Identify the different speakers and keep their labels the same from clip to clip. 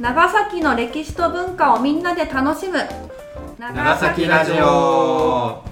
Speaker 1: 長崎の歴史と文化をみんなで楽しむ
Speaker 2: 長崎ラジオ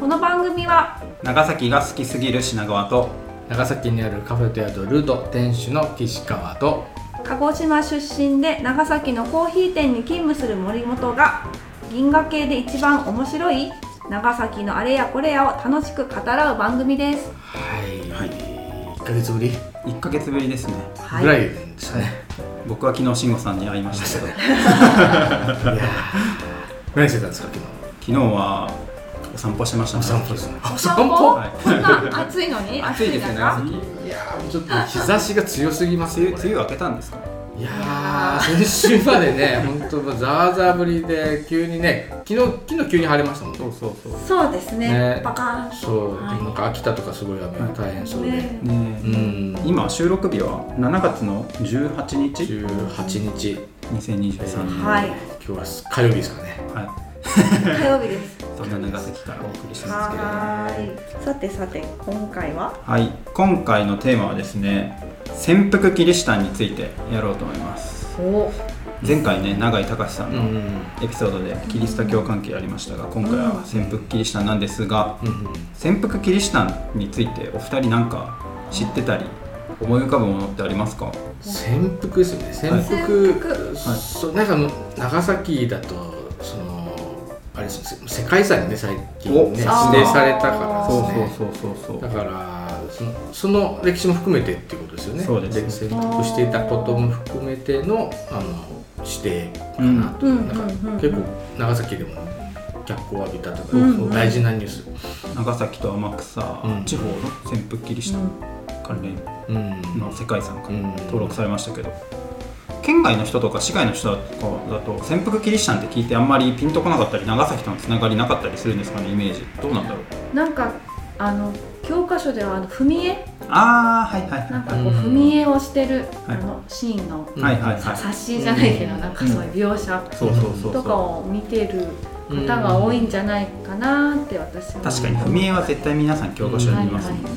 Speaker 1: この番組は
Speaker 2: 長崎が好きすぎる品川と
Speaker 3: 長崎にあるカフェと宿ルート店主の岸川と
Speaker 1: 鹿児島出身で長崎のコーヒー店に勤務する森本が銀河系で一番面白い長崎のあれやこれやを楽しく語らう番組です。
Speaker 3: はい、
Speaker 2: はい
Speaker 3: 1か月ぶり
Speaker 2: 1ヶ月ぶりですね
Speaker 1: は
Speaker 3: ぐらいでしたね、
Speaker 2: 僕は昨日慎吾さんに会いました けど昨
Speaker 3: 何してたんですか
Speaker 2: 日はお散歩しました
Speaker 3: 昨日お散歩
Speaker 2: ね
Speaker 3: ですね
Speaker 1: お
Speaker 3: お
Speaker 1: 散
Speaker 3: 散
Speaker 1: 歩
Speaker 3: 歩
Speaker 2: はい
Speaker 1: こんな暑いのに
Speaker 2: 暑いですね
Speaker 1: 中
Speaker 2: 長崎
Speaker 3: いやーちょっと日差しが強すぎます
Speaker 2: 梅
Speaker 3: よ
Speaker 2: 雨梅雨明けたんですか
Speaker 3: いやー先週までね 本当ざわざわぶりで急にね昨日昨日急に晴れましたもんね
Speaker 2: うそうそう
Speaker 1: そうですね
Speaker 3: ね
Speaker 1: パカーンと
Speaker 3: そう、
Speaker 1: はい
Speaker 3: なんか秋田とかすごい雨が大変そうで、
Speaker 1: ね
Speaker 2: ねえ
Speaker 3: うん
Speaker 2: 今収録日は7月の18日
Speaker 3: 18日
Speaker 2: 2023年
Speaker 1: はい
Speaker 3: 今日は火曜日ですかね
Speaker 2: はい
Speaker 1: 火曜日です
Speaker 2: そんな長崎からお送りしますけれども
Speaker 1: はーいさてさて今回は
Speaker 2: はい今回のテーマはですね潜伏キリシタンについてやろうと思います
Speaker 1: お
Speaker 2: 前回ね永井隆さん
Speaker 3: う
Speaker 2: の
Speaker 3: ん
Speaker 2: エピソードでキリスト教関係ありましたが今回は潜伏キリシタンなんですが
Speaker 3: うん
Speaker 2: 潜伏キリシタンについてお二人なんか知ってたり思い浮かぶものってありますか
Speaker 3: 潜伏ですよね潜
Speaker 1: 潜
Speaker 3: 伏、
Speaker 1: 伏
Speaker 3: そうなんかあの長崎だとそのあれですね世界遺産にね最近ね
Speaker 2: お
Speaker 3: 指定
Speaker 2: あ
Speaker 1: ー
Speaker 3: されたからですね
Speaker 2: そうそうそうそ
Speaker 3: だ
Speaker 2: う
Speaker 3: からそのその歴史も含めてっていうことですよね
Speaker 2: そうです
Speaker 3: 潜伏していたことも含めてのあの指定かなと、
Speaker 1: うん
Speaker 3: なんか
Speaker 1: うんうんうん
Speaker 3: 結構長崎でも脚光を浴びたとか、
Speaker 1: うんうん
Speaker 3: 大事なニュース、
Speaker 2: 長崎と天草
Speaker 3: うん
Speaker 2: 地方の潜伏キリシタン関連
Speaker 3: うん
Speaker 2: の世界遺産が
Speaker 3: うん
Speaker 2: 登録されましたけど県外の人とか市外の人とかだと潜伏キリシタンって聞いてあんまりピンとこなかったり長崎とのつながりなかったりするんですかねイメージどうなんだろう
Speaker 1: なんかあの教科書ではあの踏み絵
Speaker 2: ああはいはいはい
Speaker 1: なんか
Speaker 2: は
Speaker 1: こう
Speaker 3: うん
Speaker 1: 踏み絵をしてる、
Speaker 2: はい
Speaker 1: あのシーンの
Speaker 2: いはいはいはい
Speaker 1: 冊子じゃないけど、
Speaker 3: うん
Speaker 1: なんかそういう描写
Speaker 2: そうそうそうそ
Speaker 1: と
Speaker 2: う
Speaker 1: かを見てる方が多いんじゃないかなって私は
Speaker 2: 確かに踏み絵は絶対皆さん教科書に見ますもんね、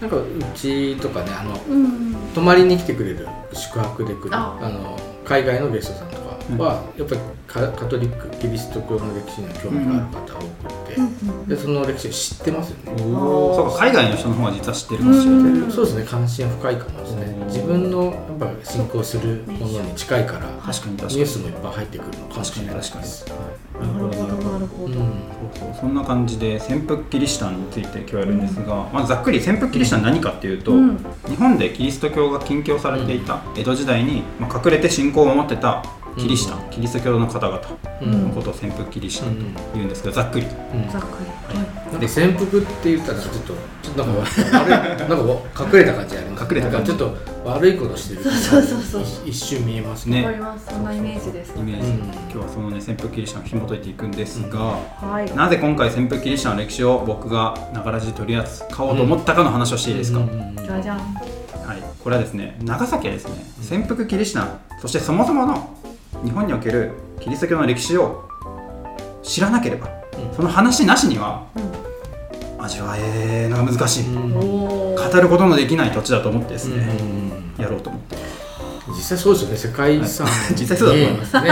Speaker 3: なんかうちとかねあの
Speaker 1: うんうん
Speaker 3: 泊まりに来てくれる宿泊で来る
Speaker 1: あ
Speaker 3: あの海外のゲストさんとかは、やっぱりカカトリックキリスト教の歴史には興味がある方が多くて、
Speaker 1: うん
Speaker 3: でその歴史を知ってますよね、
Speaker 2: おおそうか海外の人の方が実は知ってるかもしれない、
Speaker 1: うん
Speaker 3: そうですね関心深いかもですね
Speaker 2: うん
Speaker 3: 自分のやっぱ信仰するものに近いから
Speaker 2: 確かに確かに
Speaker 3: ニュースもいっぱい入ってくるのかもしれないです
Speaker 2: 確かに確
Speaker 1: なるほどなるほ
Speaker 3: う
Speaker 1: ど、
Speaker 3: ん
Speaker 2: そうそうそんな感じで潜伏キリシタンについて今日やるんですが、まずざっくり潜伏キリシタン何かっていうと、
Speaker 1: うん
Speaker 2: 日本でキリスト教が禁教されていた江戸時代に、まあ、隠れて信仰を持ってたキリシタン、キリスト教の方々
Speaker 3: うん
Speaker 2: のことを潜伏キリシタンと言うんですけど、ざっくり
Speaker 3: うん
Speaker 1: ざっくり、
Speaker 3: なんか潜伏って言ったらちょっとちょっとなんか 悪いなんか隠れた感じあります
Speaker 2: 隠れた感じ
Speaker 3: なんかちょっと悪いことしてる
Speaker 1: そうそうそうそ
Speaker 3: 一瞬見えます
Speaker 2: ね
Speaker 3: ね
Speaker 1: わかりますそんなイメージです
Speaker 2: イメージ、
Speaker 3: うん
Speaker 2: 今日はそのね潜伏キリシタンを紐解いていくんですが、
Speaker 1: はい
Speaker 2: なぜ今回潜伏キリシタンの歴史を僕がながらじ取り扱おうと思ったかの話をしていいですか、
Speaker 3: うんうん
Speaker 1: じゃじゃん
Speaker 2: はい、これはですね長崎はですね潜伏キリシタンそしてそもそもの日本におけるキリスト教の歴史を知らなければ、
Speaker 3: うん
Speaker 2: その話なしには
Speaker 1: うん
Speaker 2: 味わえのが難しい、
Speaker 3: うん
Speaker 1: おー
Speaker 2: 語ることのできない土地だと思ってです
Speaker 3: うん
Speaker 2: ね、やろうと思って
Speaker 3: 実際そうですよね世界遺産、
Speaker 2: はい実際そうだと思います
Speaker 3: ね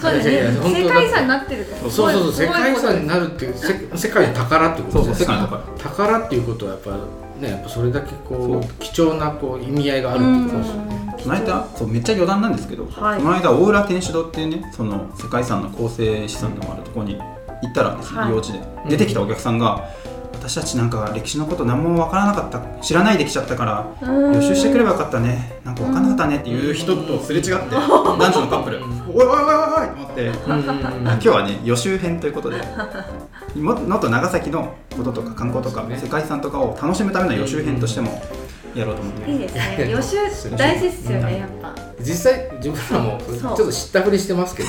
Speaker 1: そうです
Speaker 3: いやい
Speaker 1: ね
Speaker 3: や本当
Speaker 1: 世
Speaker 3: だ
Speaker 1: 界遺産になってるから
Speaker 3: そうそうそう
Speaker 1: す
Speaker 3: 世
Speaker 1: ごいすごい
Speaker 3: 界遺
Speaker 1: こと
Speaker 3: 産になるっていうせ世界の宝ってことです
Speaker 2: そうそう世界の
Speaker 3: 宝宝っていうことはやっぱねやっぱそれだけこう
Speaker 2: そ
Speaker 3: 貴重なこう意味合いがあるってことですよね
Speaker 2: この間そうめっちゃ余談なんですけど、
Speaker 1: はい
Speaker 2: この間大浦天主堂っていうねその世界遺産の構成資産でもあるところに行ったらですね、
Speaker 1: はい
Speaker 2: 用地で
Speaker 3: うん
Speaker 2: 出てきたお客さんが、私たちなんか歴史のこと何もわからなかった知らないで来ちゃったから
Speaker 1: うん
Speaker 2: 予習してくればよかったねなんか分かんなかったねっていう人とすれ違って男女のカップル
Speaker 3: うん
Speaker 2: おいおいおいおいおいと思って今
Speaker 3: 今
Speaker 2: 日はね予習編ということでももっと長崎のこととか観光とか
Speaker 3: そうです
Speaker 2: 世
Speaker 3: ね
Speaker 2: 界遺産とかを楽しむための予習編としてもやろうと思っ
Speaker 1: いいで
Speaker 2: て
Speaker 1: すね予習大事ですよねやっぱ
Speaker 3: 実際自分らも
Speaker 1: そう
Speaker 3: ちょっと知ったふりしてますけど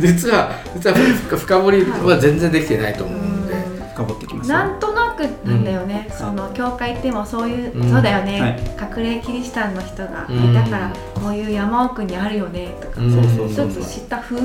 Speaker 3: 実は実は深深掘りは全然できてないと思うんで、
Speaker 2: 深掘ってきました
Speaker 1: なんとなくなんだよね、その教会ってもそういう、
Speaker 3: うん
Speaker 1: そうだよね、
Speaker 2: は
Speaker 1: 隠れキリシタンの人が
Speaker 3: うん
Speaker 1: いたから、こういう山奥にあるよねとか、
Speaker 3: うん
Speaker 2: そうそう
Speaker 1: ち
Speaker 2: そ
Speaker 1: ょ
Speaker 2: う
Speaker 1: っと知った風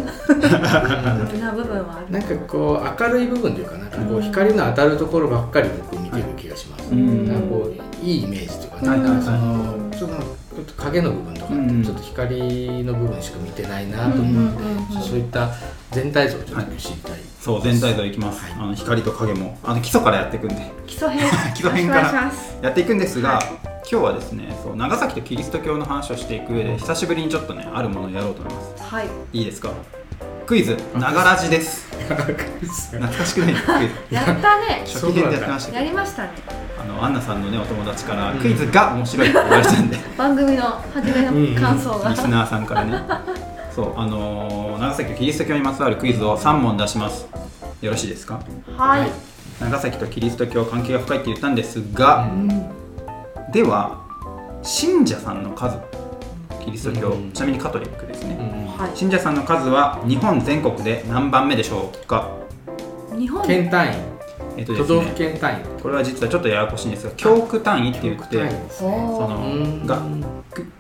Speaker 1: な部分はある
Speaker 3: なんかこう明るい部分というかなんかこう光の当たるところばっかり僕見てる気がします、
Speaker 2: うん
Speaker 3: なんかこういいイメージというかね、
Speaker 2: はいはいはい
Speaker 3: なんかそのちょっとょっと影の部分とかっ
Speaker 2: うん
Speaker 3: てちょっと光の部分しか見てないなと思うので、
Speaker 1: うんうんうんうん
Speaker 3: そういった全体像をちょっと知りたい、
Speaker 2: そう全 体像いきます、あの光と影もあの基礎からやっていくんで
Speaker 1: 基礎編
Speaker 2: 基礎編から
Speaker 1: よろしくお願いします
Speaker 2: やっていくんですが、
Speaker 1: は
Speaker 2: 今日はですねそう長崎とキリスト教の話をしていく上で久しぶりにちょっとねあるものをやろうと思います
Speaker 1: はい
Speaker 2: いいですかクイズながらじです 懐かしくないクイ
Speaker 1: やったね
Speaker 2: ズ初期編でやってましたけ
Speaker 1: や
Speaker 2: ど
Speaker 1: りましたね
Speaker 2: あのアンナさんのねお友達からクイズが面白いって言われたん で、
Speaker 1: 番組の初めの感想が
Speaker 2: リスナーさんから ねそうあのー長崎とキリスト教にまつわるクイズを3問出しますよろしいですか
Speaker 1: はい
Speaker 2: 長崎とキリスト教関係が深いって言ったんですが、では信者さんの数キリスト教、
Speaker 3: うん
Speaker 2: ちなみにカトリックですね、
Speaker 1: は
Speaker 2: 信者さんの数は日本全国で何番目でしょうか
Speaker 1: い日本
Speaker 3: 県単位、
Speaker 2: えっとで
Speaker 3: 都
Speaker 2: す
Speaker 3: 道府
Speaker 2: ね
Speaker 3: 県単位
Speaker 2: これは実はちょっとややこしいんですが教区単位って言って
Speaker 3: 単位です
Speaker 1: お
Speaker 3: ね
Speaker 2: そ
Speaker 1: ー
Speaker 2: の
Speaker 3: う
Speaker 2: が
Speaker 3: ん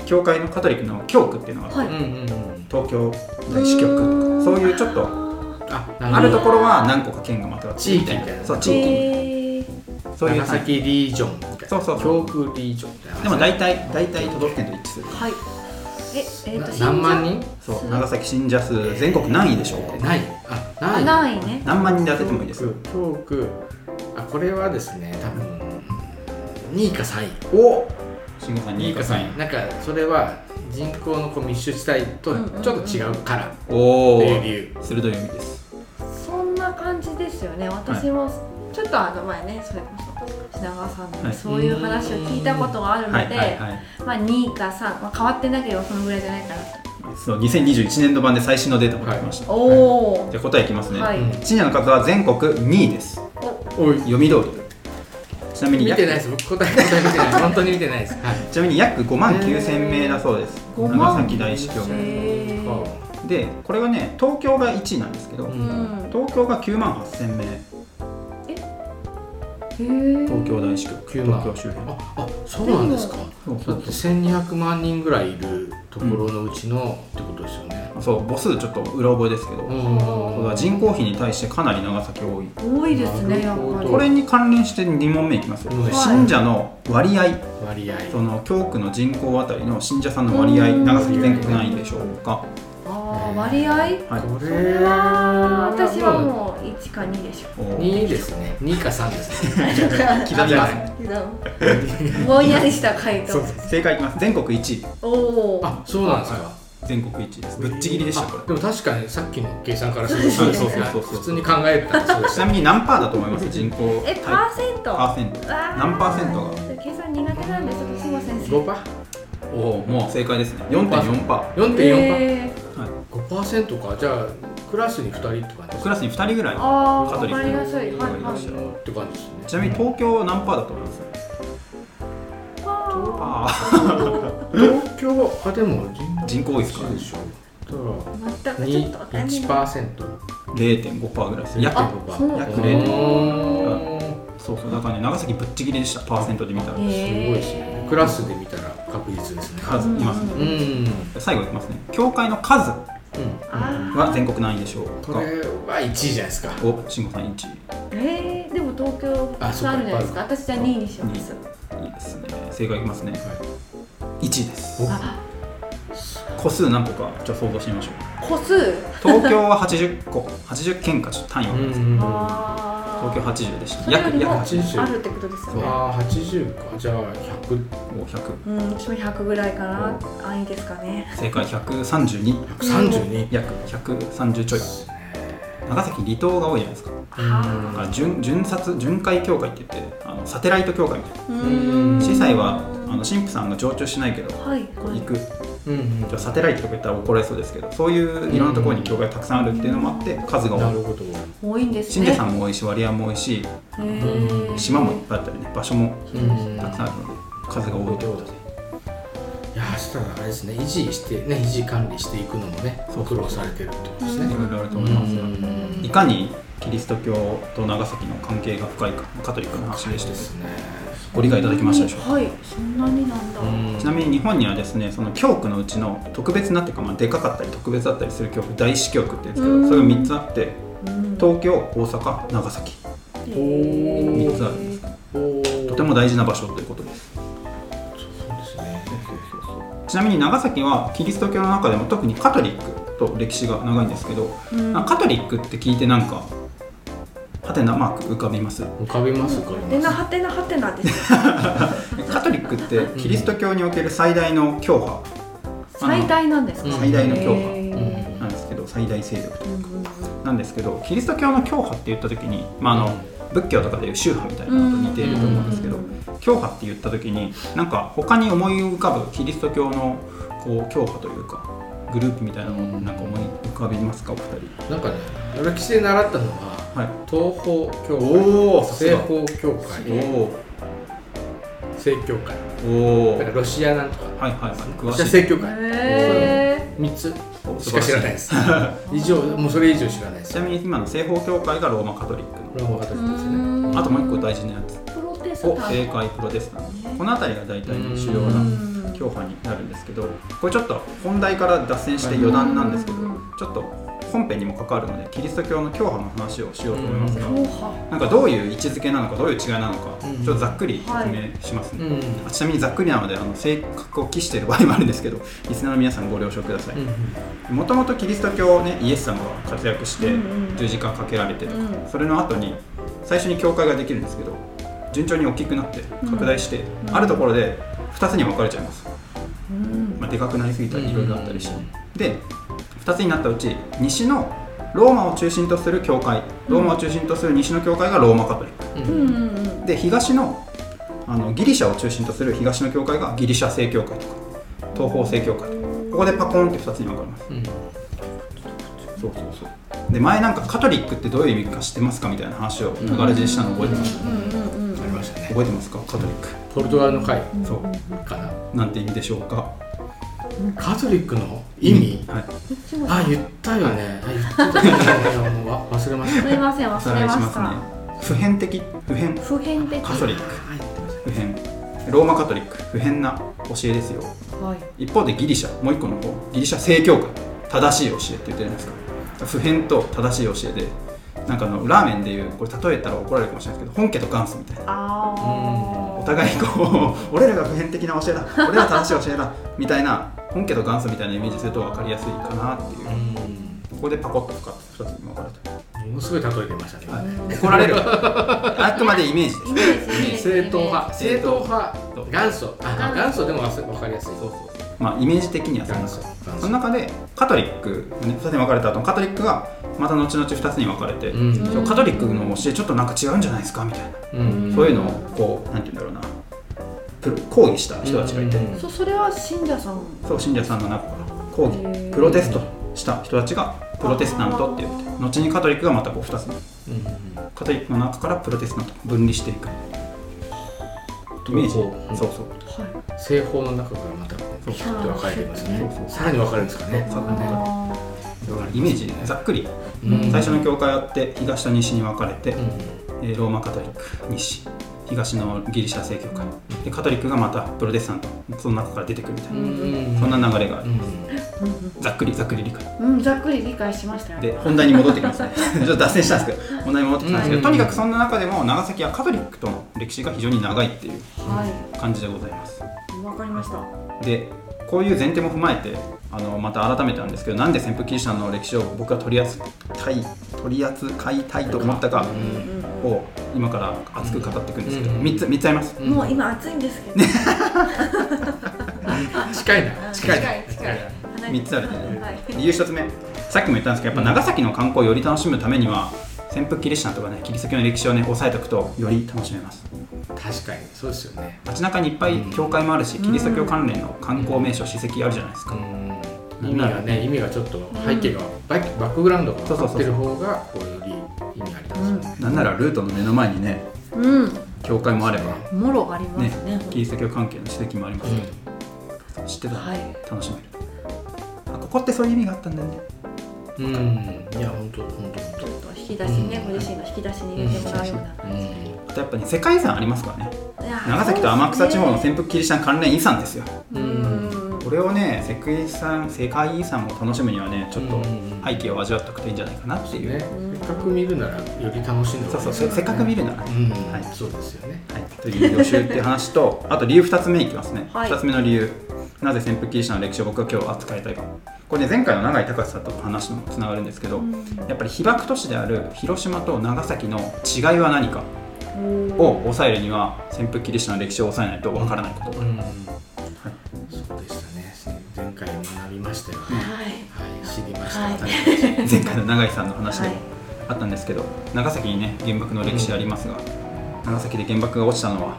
Speaker 2: 教会のカトリックの教区っていうのが
Speaker 1: はい
Speaker 3: うんうんうん
Speaker 2: 東京大支局とかそういうちょっと
Speaker 3: あな
Speaker 2: あ
Speaker 3: る
Speaker 2: る
Speaker 3: ほ
Speaker 2: と
Speaker 3: ど
Speaker 2: ころは何個か県がまたがってる
Speaker 3: 地域みたいな
Speaker 2: そう地域
Speaker 1: へー
Speaker 2: そういう
Speaker 3: 長
Speaker 2: 単位
Speaker 3: 崎リージョンみたいな
Speaker 2: そうそうそう
Speaker 3: 教区リージョンみたいな
Speaker 2: でも大体大体都道府県と一致する
Speaker 1: はいええーと
Speaker 3: な何万人
Speaker 2: そう長崎信者数全国何位でしょうか
Speaker 3: ないあない
Speaker 1: 何位ね
Speaker 2: 何万人で当ててもいいです
Speaker 3: 教区あこれはですね多分2位か3位
Speaker 2: お慎吾さん
Speaker 3: 2位
Speaker 2: 2位
Speaker 3: か
Speaker 2: か3
Speaker 3: 3位なんかそれは人口のこう密集地帯とちょっと違うからっ
Speaker 2: 位お
Speaker 3: て
Speaker 2: お
Speaker 3: いう理由
Speaker 2: 鋭い読みです
Speaker 1: そんな感じですよね私もちょっとあの前ねそれこそ品川さん
Speaker 2: は
Speaker 1: の
Speaker 2: い
Speaker 1: そういう話を聞いたことがあるの
Speaker 2: はい
Speaker 1: で、
Speaker 2: はいはい
Speaker 1: まあ2か3、まあ、変わってなければそのぐらいじゃないかな
Speaker 2: そう2021年度版で最新のデータも出ました、
Speaker 1: とおお、
Speaker 2: じゃあ答えいきますね、
Speaker 1: はい、
Speaker 3: うん
Speaker 2: 信者の数は全国2位です
Speaker 3: おい
Speaker 2: 読み通りちなみに
Speaker 3: 見て
Speaker 2: 約
Speaker 3: ないです僕答え答え見てない本当に見てないですはい
Speaker 2: ちなみに約5万9000名だそうです
Speaker 1: へー5
Speaker 2: 長
Speaker 1: 万
Speaker 2: 崎大司教
Speaker 1: へー
Speaker 3: あ
Speaker 2: でこれはね東京が1位なんですけど、
Speaker 3: う
Speaker 1: うんん、
Speaker 2: 東京が9万8000名
Speaker 1: へえ
Speaker 2: 東京大司教
Speaker 3: 9万
Speaker 2: 東京周辺
Speaker 3: あそうなんですか
Speaker 2: そうそ
Speaker 3: だっ
Speaker 2: う
Speaker 3: て1200万人ぐらいいるところのうちのってことですよね
Speaker 2: そう母数ちょっと裏覚えですけど、これは人口比に対してかなり長崎多い
Speaker 1: 多いですねやっぱ
Speaker 3: なるほ
Speaker 1: り
Speaker 3: ど
Speaker 2: これに関連して2問目いきますよ、
Speaker 3: はい
Speaker 2: 信者の割合
Speaker 3: 割合
Speaker 2: その教区の人口あたりの信者さんの割
Speaker 1: う
Speaker 2: 合
Speaker 1: ん
Speaker 2: 長崎全国何位でしょうか
Speaker 1: ああ割合
Speaker 2: はい
Speaker 3: こ
Speaker 1: それ
Speaker 3: れ
Speaker 1: は
Speaker 3: は
Speaker 1: 私はもう1か2でしょ
Speaker 2: おー
Speaker 3: 2ですね2か3ですね
Speaker 2: 刻みますね
Speaker 1: ぼんやりした回答
Speaker 2: 正解いきます全国1位
Speaker 1: おお
Speaker 3: あそうなんですか
Speaker 2: 全国1位ですぶっちぎりでしたこれ
Speaker 3: あでも確かにさっきの計算からすると
Speaker 1: そうそう
Speaker 2: そうそうそう
Speaker 3: 普通に考えたらそうでし
Speaker 2: ち
Speaker 3: た
Speaker 2: なみに何パーだと思います人口
Speaker 1: え
Speaker 2: 対
Speaker 1: パーセント
Speaker 2: パーセント何
Speaker 1: 何
Speaker 2: パーセントが
Speaker 1: 計算苦手なんです私も先生
Speaker 3: 5パ
Speaker 2: おおもう正解ですね4.4パー
Speaker 3: 4.4
Speaker 1: えー
Speaker 3: パ5%かじゃあクラスに2人って感じ
Speaker 2: クラスに2人ぐらい
Speaker 1: ああ
Speaker 2: カト
Speaker 1: 分
Speaker 2: リッ
Speaker 1: か
Speaker 2: ク
Speaker 1: りやすいはい
Speaker 2: ラ
Speaker 1: は
Speaker 2: ス
Speaker 1: い
Speaker 3: って感じですね
Speaker 2: ちなみに東京何パーだと思いますパー
Speaker 3: 東京あでも
Speaker 2: 人口多いですか
Speaker 3: そうでしょだ
Speaker 1: 全
Speaker 3: から
Speaker 1: くちょっとわかんない
Speaker 3: 1%
Speaker 2: 0.5パーぐらいです約
Speaker 1: あそう
Speaker 2: 約
Speaker 3: う
Speaker 2: 0.5
Speaker 3: ーん
Speaker 2: そうそうだからね長崎ぶっちぎりでしたパーセントで見たら
Speaker 1: へ
Speaker 3: す
Speaker 1: ー
Speaker 3: ごいですねクラスで見たら確実ですね
Speaker 2: 数いますね
Speaker 3: うんうん
Speaker 2: 最後いきますね教会の数
Speaker 1: あー
Speaker 2: は全国何位でしょう
Speaker 3: こ
Speaker 2: か
Speaker 3: れは1位じゃないですか
Speaker 2: お慎吾さん1位
Speaker 1: えー、でも東京
Speaker 3: あそうか
Speaker 1: あるじゃないですか私じゃあ2位にします
Speaker 2: いいですね正解いきますね1位です
Speaker 3: お
Speaker 1: あ
Speaker 2: 個数何個かじゃあ想像してみましょう
Speaker 1: 個数
Speaker 2: 東京は80個80県かちょっと単位は
Speaker 3: う
Speaker 2: 分
Speaker 3: ん
Speaker 2: かんな
Speaker 3: う
Speaker 2: い
Speaker 3: んうんあ
Speaker 1: あー
Speaker 2: 東京80でした
Speaker 1: それよ
Speaker 2: 約
Speaker 1: りもあ
Speaker 2: 約
Speaker 3: 80
Speaker 1: るってことですよね
Speaker 3: あ80かじゃあ100
Speaker 2: 100
Speaker 1: うん私も100ぐらいかな安易ですかね
Speaker 2: 正解132
Speaker 3: 132
Speaker 2: 約130ちょい
Speaker 3: ですね
Speaker 2: 長崎離島が多いじゃないですかだから巡巡察巡回協会って言ってあのサテライト協会みたいな
Speaker 1: う
Speaker 3: うん
Speaker 1: ん
Speaker 2: 司祭はあの神父さんが常駐しないけど
Speaker 1: はいこれ
Speaker 2: 行く
Speaker 3: うんうん
Speaker 2: じゃあサテライトとか言ったら怒られそうですけどそういういろんなところに教会がたくさんあるっていうのもあって数が
Speaker 3: な
Speaker 2: 多い
Speaker 3: るほど
Speaker 1: 多いんです
Speaker 2: 信
Speaker 1: ね
Speaker 2: 者さんも多いし割合も多いし
Speaker 1: へー
Speaker 2: 島もいっぱいあったりね場所も
Speaker 3: うん
Speaker 2: たくさんあるので数が多いということで
Speaker 3: いやーそしたらあれですね維持してね維持管理していくのもね
Speaker 2: そう
Speaker 3: 苦労されてるってことです
Speaker 1: う
Speaker 3: ね
Speaker 1: ん
Speaker 2: いろいろあると思いますよ
Speaker 3: うん
Speaker 2: いかにキリスト教と長崎の関係が深いかカトリックの話でしたけど
Speaker 3: ね
Speaker 2: ご理解いただきましたでしょうか
Speaker 1: はいそんなになんだ
Speaker 3: うん
Speaker 2: ちなみに日本にはですねその教区のうちの特別なっていうか、まあ、でかかったり特別だったりする教区大司教区って言うんですけど、
Speaker 1: うん
Speaker 2: それが3つあって
Speaker 1: うん
Speaker 2: 東京大阪長崎
Speaker 1: へ
Speaker 3: ー
Speaker 2: 三つあるんです
Speaker 3: おー
Speaker 2: とても大事な場所ということです
Speaker 3: そうですね
Speaker 2: ちなみに長崎はキリスト教の中でも特にカトリックと歴史が長いんですけど、
Speaker 1: うん
Speaker 2: なんかカトリックって聞いてなんかハテナマーク浮かびます
Speaker 3: 浮かびます浮か
Speaker 1: は
Speaker 3: び
Speaker 1: てな
Speaker 3: ます
Speaker 1: はてなはてなです。
Speaker 2: カトリックってキリスト教における最大の教派
Speaker 1: 最大なんですか。
Speaker 3: 最大
Speaker 2: の教派
Speaker 1: へー
Speaker 2: なんですけど最大勢力なんですけどキリスト教の教派って言った時に、まあ、あの仏教とかでいう宗派みたいなのと似ていると思うんですけど
Speaker 1: うんうん
Speaker 2: 教派って言った時になんか他に思い浮かぶキリスト教のこう教派というかグループみたいなのをなんか思い浮かびますかお二人
Speaker 3: なんかね歴史で習ったのは
Speaker 2: はい
Speaker 3: 東方教
Speaker 2: おー
Speaker 3: 会西方教会正教会
Speaker 2: おお
Speaker 3: だからロシアなんとか
Speaker 2: はいはいはい詳
Speaker 3: ロシア
Speaker 2: しい
Speaker 3: 正教会
Speaker 1: へ
Speaker 3: 3つ
Speaker 2: お
Speaker 3: し
Speaker 2: 素晴
Speaker 3: から
Speaker 2: し
Speaker 3: 知らないです以上もうそれ以上知らないで
Speaker 2: ち
Speaker 3: す
Speaker 2: なみに今の西方教会がローマカトリックの
Speaker 3: これはもう
Speaker 1: ーう
Speaker 3: 私ですね
Speaker 1: ーん
Speaker 2: あともう一個大事なやつ
Speaker 1: プロテスタ
Speaker 2: を
Speaker 1: ント。
Speaker 2: 正解プロテスタントこの辺りが大体ね主要
Speaker 1: う
Speaker 2: なん教派になるんですけどこれちょっと本題から脱線して余談なんですけど
Speaker 1: うん
Speaker 2: ちょっと本編にも関わるのでキリスト教の教派の話をしようと思いますが
Speaker 1: 教派。
Speaker 2: なんかどういう位置づけなのかどういう違いなのかち
Speaker 3: う
Speaker 2: ょ
Speaker 3: ん
Speaker 2: っとざっくり説明します
Speaker 3: う
Speaker 2: ね、
Speaker 3: ん
Speaker 2: あちなみにざっくりなのであの性格を期している場合もあるんですけどリスナーの皆さんご了承くださいもともとキリスト教ねイエス様が活躍して
Speaker 1: うんうん
Speaker 2: 十字架かけられてとか、
Speaker 1: うん
Speaker 2: それの後に最初に教会ができるんですけど順調に大きくなって拡大して、
Speaker 1: うん
Speaker 2: あるところで2つに分かれちゃいます、
Speaker 1: うん
Speaker 2: まあ、でかくなりすぎたりいろいろあったりして、
Speaker 3: うん
Speaker 2: で2つになったうち西のローマを中心とする教会ローマを中心とする西の教会がローマカトリック
Speaker 3: う
Speaker 1: う
Speaker 3: んうんん
Speaker 1: うんうん。
Speaker 2: で東のあのギリシャを中心とする東の教会がギリシャ正教会とか東方正教会とかここでパコーンって2つに分かれます
Speaker 3: うん
Speaker 2: そうそうそうで前なんかカトリックってどういう意味か知ってますかみたいな話を流れでしたの覚えてます、
Speaker 1: うんうん
Speaker 3: ありましたね
Speaker 2: 覚えてますかカトリック
Speaker 3: ポルトガルの会
Speaker 2: そう
Speaker 3: かな
Speaker 2: なんて意味でしょうか
Speaker 3: カトリックの意味
Speaker 2: はい
Speaker 1: うん。
Speaker 3: あ言ったよねあ言ってたよねもうわ忘れました
Speaker 1: すいません
Speaker 2: おさ
Speaker 1: 忘
Speaker 2: ら
Speaker 1: れ
Speaker 2: い
Speaker 1: ま
Speaker 2: し
Speaker 1: し
Speaker 2: ますね
Speaker 1: た。
Speaker 2: 普遍的普遍
Speaker 1: 普遍的。
Speaker 2: カトリック
Speaker 3: はい言ってまし
Speaker 2: 普遍ローマカトリック不変な教えですよ
Speaker 1: はい。
Speaker 2: 一方でギリシャもう一個の方ギリシャ正教会正しい教えって言ってるじゃないですか普遍と正しい教えでなんかあのラーメンでいうこれ例えたら怒られるかもしれないですけど本家と元祖みたいな
Speaker 1: ああ。
Speaker 2: お互いこう 俺らが普遍的な教えだ俺ら正しい教えだみたいな本家と元祖みたいなイメージすると分かりやすいかなっていう
Speaker 3: たうん
Speaker 2: ここでパコッと深く2つに分かれた、
Speaker 3: ものすごい例えてましたね、
Speaker 2: はい、怒られる あくまでイメージです
Speaker 1: イメージイメージ
Speaker 3: 正統派正
Speaker 2: 正
Speaker 3: 統
Speaker 2: 統
Speaker 3: 派元祖あ元祖でもわすわかりやすい
Speaker 2: そうそうまあイメージ的にはそんな感
Speaker 3: 元祖
Speaker 2: じ
Speaker 3: 元
Speaker 2: そ
Speaker 3: 祖
Speaker 2: の中でカトリックがね2つに分かれた後カトリックがまた後々2つに分かれて、
Speaker 3: うん
Speaker 2: そうカトリックの教えちょっとなんか違うんじゃないですかみたいな、
Speaker 3: うん
Speaker 2: そういうのをこうなんて言うんだろうなプロ抗議した人たちがいて、
Speaker 3: うん
Speaker 1: そそれは信者さん。
Speaker 2: そう信者さんの中から抗
Speaker 1: へー
Speaker 2: 議プロテストした人たちがプロテスタントって言って後にカトリックがまたこう2つに
Speaker 3: うん
Speaker 2: カトリックの中からプロテスタントに分離していくイメージ
Speaker 3: そう
Speaker 2: そうそう
Speaker 1: は
Speaker 3: 正方の中からまたピシッと分かれてますね
Speaker 2: そうそう
Speaker 3: さらに分かるんですかね
Speaker 2: そう
Speaker 1: あ
Speaker 2: だからイメージざっくり
Speaker 3: うん
Speaker 2: 最初の教会あって東と西に分かれて、
Speaker 3: う
Speaker 2: えーローマカトリック西東のギリシャ正教会でカトリックがまたプロテスタントその中から出てくるみたいな、
Speaker 3: ん
Speaker 2: そんな流れがあ
Speaker 3: う
Speaker 2: る、
Speaker 3: ん
Speaker 2: ざっくりざっくり理解
Speaker 1: ーうんざっくり理解しましたよ。
Speaker 2: で本題に戻ってきます ねちょっと脱線したんですけど本題に戻ってきたんですけど、
Speaker 3: うん
Speaker 2: とにかくそんな中でも長崎はカトリックとの歴史が非常に長いっていう
Speaker 1: は
Speaker 2: 感じでございます
Speaker 1: いわかりました。
Speaker 2: でこういう前提も踏まえてあのまた改めてなんですけどなんで潜伏キリシタンの歴史を僕が取り扱い取り扱いたいと思ったか
Speaker 1: うん
Speaker 2: を今から熱く語っていくんですけど、
Speaker 3: うん
Speaker 2: 3つ3つあります
Speaker 1: うん。もう今暑いんですけど。近
Speaker 3: 近いな
Speaker 1: 近
Speaker 2: 近い
Speaker 1: い。離れて
Speaker 2: 3つあるね
Speaker 1: はい。
Speaker 2: 理由1つ目さっきも言ったんですけどやっぱ長崎の観光をより楽しむためには潜伏キリシタンとかねキリスト教の歴史をね押さえておくとより楽しめます
Speaker 3: 確かにそうですよね
Speaker 2: 街中にいっぱい教会もあるし、キリスト教関連の観光名所史跡あるじゃないですか、
Speaker 3: 意味がね意味がちょっと背景がバックバックグラウンドが分かってる方がこうより意味ありますよね
Speaker 2: なんならルートの目の前にね
Speaker 1: う
Speaker 2: 教会もあれば
Speaker 1: ん。もろありま
Speaker 2: ね
Speaker 1: すね。
Speaker 2: キリスト教関係の史跡もありますけど、知ってたら、
Speaker 1: はい
Speaker 2: 楽しめるあここってそういう意味があったんだよね
Speaker 3: うんいや本当本当本
Speaker 1: ち
Speaker 3: 当
Speaker 1: ょっと引き出しね、ご自身の引き出しに入れてもらうような感じで。
Speaker 2: あとやっぱね世界遺産ありますからね
Speaker 1: いやー
Speaker 2: 長崎と天草地方の潜伏キリシタン関連遺産ですよ
Speaker 1: うんうん
Speaker 2: これをね世界遺産世界遺産を楽しむにはねちょっ
Speaker 3: う
Speaker 2: と
Speaker 3: んうんうん
Speaker 2: 背景を味わっておくといいんじゃないかなっていう、
Speaker 3: ね、せっかく見るならより楽しんで
Speaker 2: そうそうせせっかく見るならね、
Speaker 3: うん、
Speaker 2: はい
Speaker 3: そうですよね
Speaker 2: はい、という予習っていう話とあと理由2つ目いきますね、
Speaker 1: はい
Speaker 2: 2つ目の理由なぜ潜伏キリシタンの歴史を僕が今日扱いたいかこれね前回の永井隆さんとの話にもつながるんですけど、やっぱり被爆都市である広島と長崎の違いは何かを抑えるには潜伏キリシタンの歴史を抑えないとわからないこと、
Speaker 3: うんそうでしたね前回学びましたよ、はい
Speaker 4: はい
Speaker 3: 知りました、
Speaker 4: は
Speaker 2: 前回の永井さんの話でもあったんですけど、長崎にね原爆の歴史ありますが、長崎で原爆が落ちたのは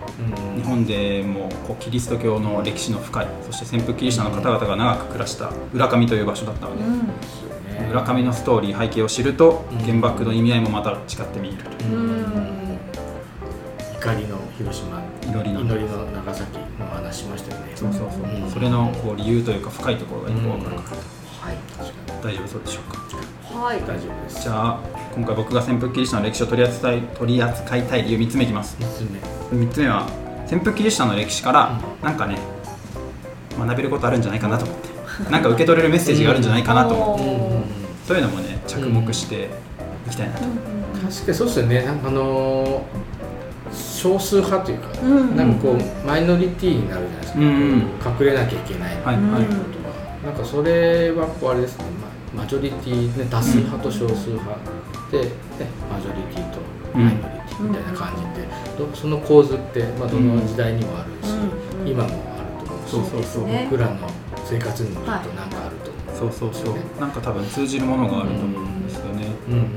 Speaker 3: う
Speaker 2: 日
Speaker 3: ん
Speaker 2: 本でもこうキリスト教の歴史の深いそして潜伏キリシタンの方々が長く暮らした浦上という場所だったので、
Speaker 3: ですよね
Speaker 2: 浦上のストーリー背景を知ると
Speaker 3: うん
Speaker 2: 原爆の意味合いもまた違って見えるという
Speaker 1: うんん
Speaker 3: 怒りの広島
Speaker 2: 祈りの
Speaker 3: 祈りの長崎の話しましたよね
Speaker 2: そうそうそう、
Speaker 3: うん
Speaker 2: それのこう理由というか深いところがよく分かるから、
Speaker 3: はい確か
Speaker 2: 大丈夫そうでしょうか
Speaker 1: はい
Speaker 3: に大丈夫です
Speaker 2: じゃあ今回僕が潜伏キリシタンの歴史を取り扱い取り扱いたい理由3つ目いきます
Speaker 3: 三つ目
Speaker 2: 3つ目は潜伏キリシタンの歴史からなんかね学べることあるんじゃないかなと思ってなんか受け取れるメッセージがあるんじゃないかなと思って、
Speaker 1: うん
Speaker 2: そういうのもね着目していきたいなと、
Speaker 3: 確かにそうですよねなんかあのー少数派というか、
Speaker 1: うん
Speaker 3: なんかこうマイノリティになるじゃないですか、
Speaker 2: うん
Speaker 3: 隠れなきゃいけない、
Speaker 2: はい
Speaker 1: うん
Speaker 2: はい、
Speaker 1: うん
Speaker 3: とかなんかそれはこうあれですね、ま、マジョリティ、ね、多数派と少数派で、ね、マジョリティとマイノリティみたいな感じで、どその構図って、まあ、どの時代にもあるし、
Speaker 1: うん
Speaker 3: 今もあると思うし
Speaker 2: そうそうそう、
Speaker 1: ね
Speaker 3: 僕らの生活にもきっとなんかあると思う、
Speaker 2: そうそうそうなんか多分通じるものがあると思うんですよね、
Speaker 3: うんうん、いや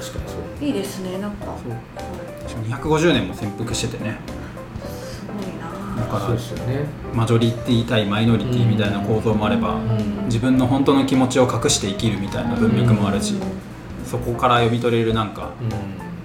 Speaker 3: 確かにそう
Speaker 1: いいですねなんか
Speaker 2: そうしかも250年も潜伏しててね
Speaker 1: すごい
Speaker 2: だ
Speaker 1: な
Speaker 2: か
Speaker 3: そうで
Speaker 2: ら
Speaker 3: すよね、
Speaker 2: マジョリティ対マイノリティみたいな構造もあれば、
Speaker 3: うん
Speaker 2: 自分の本当の気持ちを隠して生きるみたいな文脈もあるし、そこから読み取れるなんか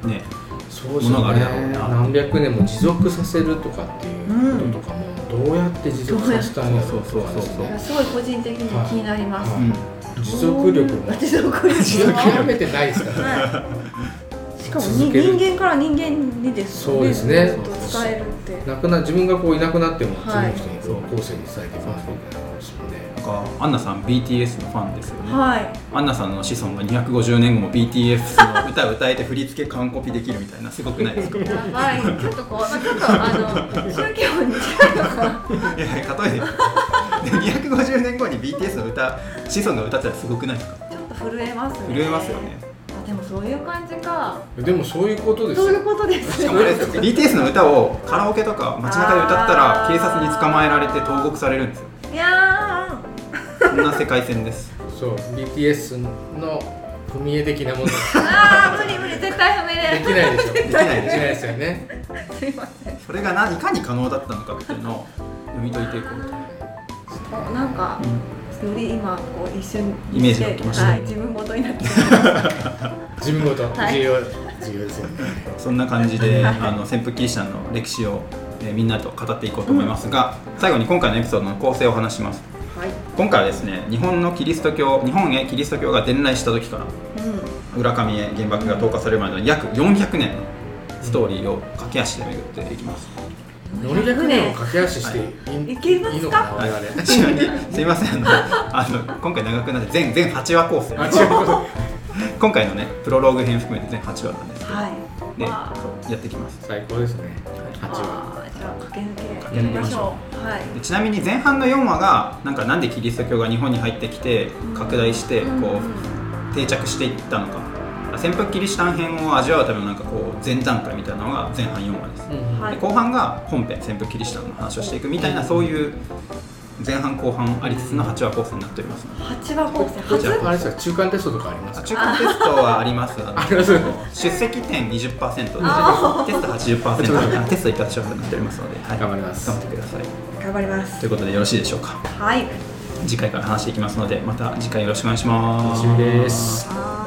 Speaker 3: うん
Speaker 2: ね
Speaker 3: そうですよ
Speaker 2: ものがあ
Speaker 3: ね
Speaker 2: れだろうな
Speaker 3: 何百年も持続させるとかっていうこととかも、どうやって持続させたんやろうとかです
Speaker 2: そうそう
Speaker 1: い
Speaker 2: そうそ
Speaker 1: や
Speaker 3: ね
Speaker 1: すごい個人的に気になります
Speaker 3: はい持続力も
Speaker 1: 持続力
Speaker 3: 持続力めてないですからね
Speaker 1: はいしかもに
Speaker 3: 続ける
Speaker 1: 人間から人間にですよね
Speaker 3: そうですね
Speaker 1: ずっと伝えるって
Speaker 3: なくな自分がこういなくなっても次
Speaker 1: はい
Speaker 3: の人にこう後世に伝えていかなきゃいけないですもんね
Speaker 2: なんかアンナさん BTS のファンですよね、
Speaker 1: はい
Speaker 2: アンナさんの子孫が250年後も BTS の歌を歌えて振り付け完コピできるみたいなすごくない ですかい
Speaker 4: やばい、ちょっとこう、ちょっとあの宗教に近いのかな。
Speaker 2: や例えばで250年後に BTS の歌子孫が歌ってたらすごくないですか
Speaker 1: ちょっと震えますね
Speaker 2: 震えますよね
Speaker 1: あでもそういう感じか
Speaker 3: でもそういうことです
Speaker 1: そういう
Speaker 3: よ
Speaker 1: ことです
Speaker 2: し
Speaker 1: ね
Speaker 2: かもあれですよ BTS の歌をカラオケとか街中で歌ったら警察に捕まえられて投獄されるんですよ
Speaker 1: いや
Speaker 2: そんな世界線です
Speaker 3: そう BTS の踏み絵的なもので
Speaker 1: ーあー無理無理絶対不明
Speaker 3: きないで しょで
Speaker 2: きない
Speaker 3: できないですよね
Speaker 1: すいません
Speaker 2: それがないかに可能だったのかっていうのを読み解いていこうと、
Speaker 1: なんかより今こう一瞬
Speaker 2: イメージが湧きました
Speaker 1: はい、自分ごとにな って
Speaker 3: 自分ごと
Speaker 1: はい
Speaker 3: 重要重要ですよね
Speaker 2: そんな感じであの潜伏キリシタンの歴史を、えーみんなと語っていこうと思いますが、最後に今回のエピソードの構成を話します
Speaker 1: はい、
Speaker 2: 今回はですね日本のキリスト教日本へキリスト教が伝来した時から
Speaker 1: う
Speaker 2: 浦上へ原爆が投下されるまでの約400年のストーリーを駆け足で巡っていきます、
Speaker 3: 400年を駆け足してい
Speaker 1: いけますか
Speaker 3: いいのかな
Speaker 2: は
Speaker 3: 我
Speaker 2: い
Speaker 3: 々
Speaker 2: ちなみにすいませんあのあの今回長くなって全全8話構成
Speaker 3: あ違うこと
Speaker 2: 今回のねプロローグ編含めて全8話なんですけど、
Speaker 1: はい
Speaker 2: で
Speaker 1: わあ
Speaker 2: やっていきます
Speaker 3: 最高ですね8話
Speaker 1: あーじゃあ駆け抜け
Speaker 2: 駆け抜けましょ
Speaker 1: うはい
Speaker 2: でちなみに前半の4話がなんかなんでキリスト教が日本に入ってきて拡大してこう定着していったのか潜伏キリシタン編を味わうためのなんかこう前段階みたいなのが前半4話です、
Speaker 3: うん
Speaker 1: は
Speaker 2: で
Speaker 1: い
Speaker 2: 後半が本編潜伏キリシタンの話をしていくみたいなそういう前半後半ありつつの8話構成になっておりますので
Speaker 1: 八話構成
Speaker 3: どっ
Speaker 1: 初
Speaker 3: ちあれですか中間テストとかあります
Speaker 2: あ
Speaker 3: か
Speaker 2: 中間テストはありますあの
Speaker 3: あります
Speaker 2: 出席点20%で
Speaker 1: あ
Speaker 2: テスト80%あテス ト一発勝負になっておりますので、はい
Speaker 3: 頑張ります
Speaker 2: 頑張ってください
Speaker 1: 頑張りま
Speaker 2: とい
Speaker 1: す
Speaker 2: うことでよろしいでしょうか
Speaker 1: はい
Speaker 2: 次回から話していきますのでまた次回よろしくお願いします
Speaker 3: 楽しみです
Speaker 1: はーい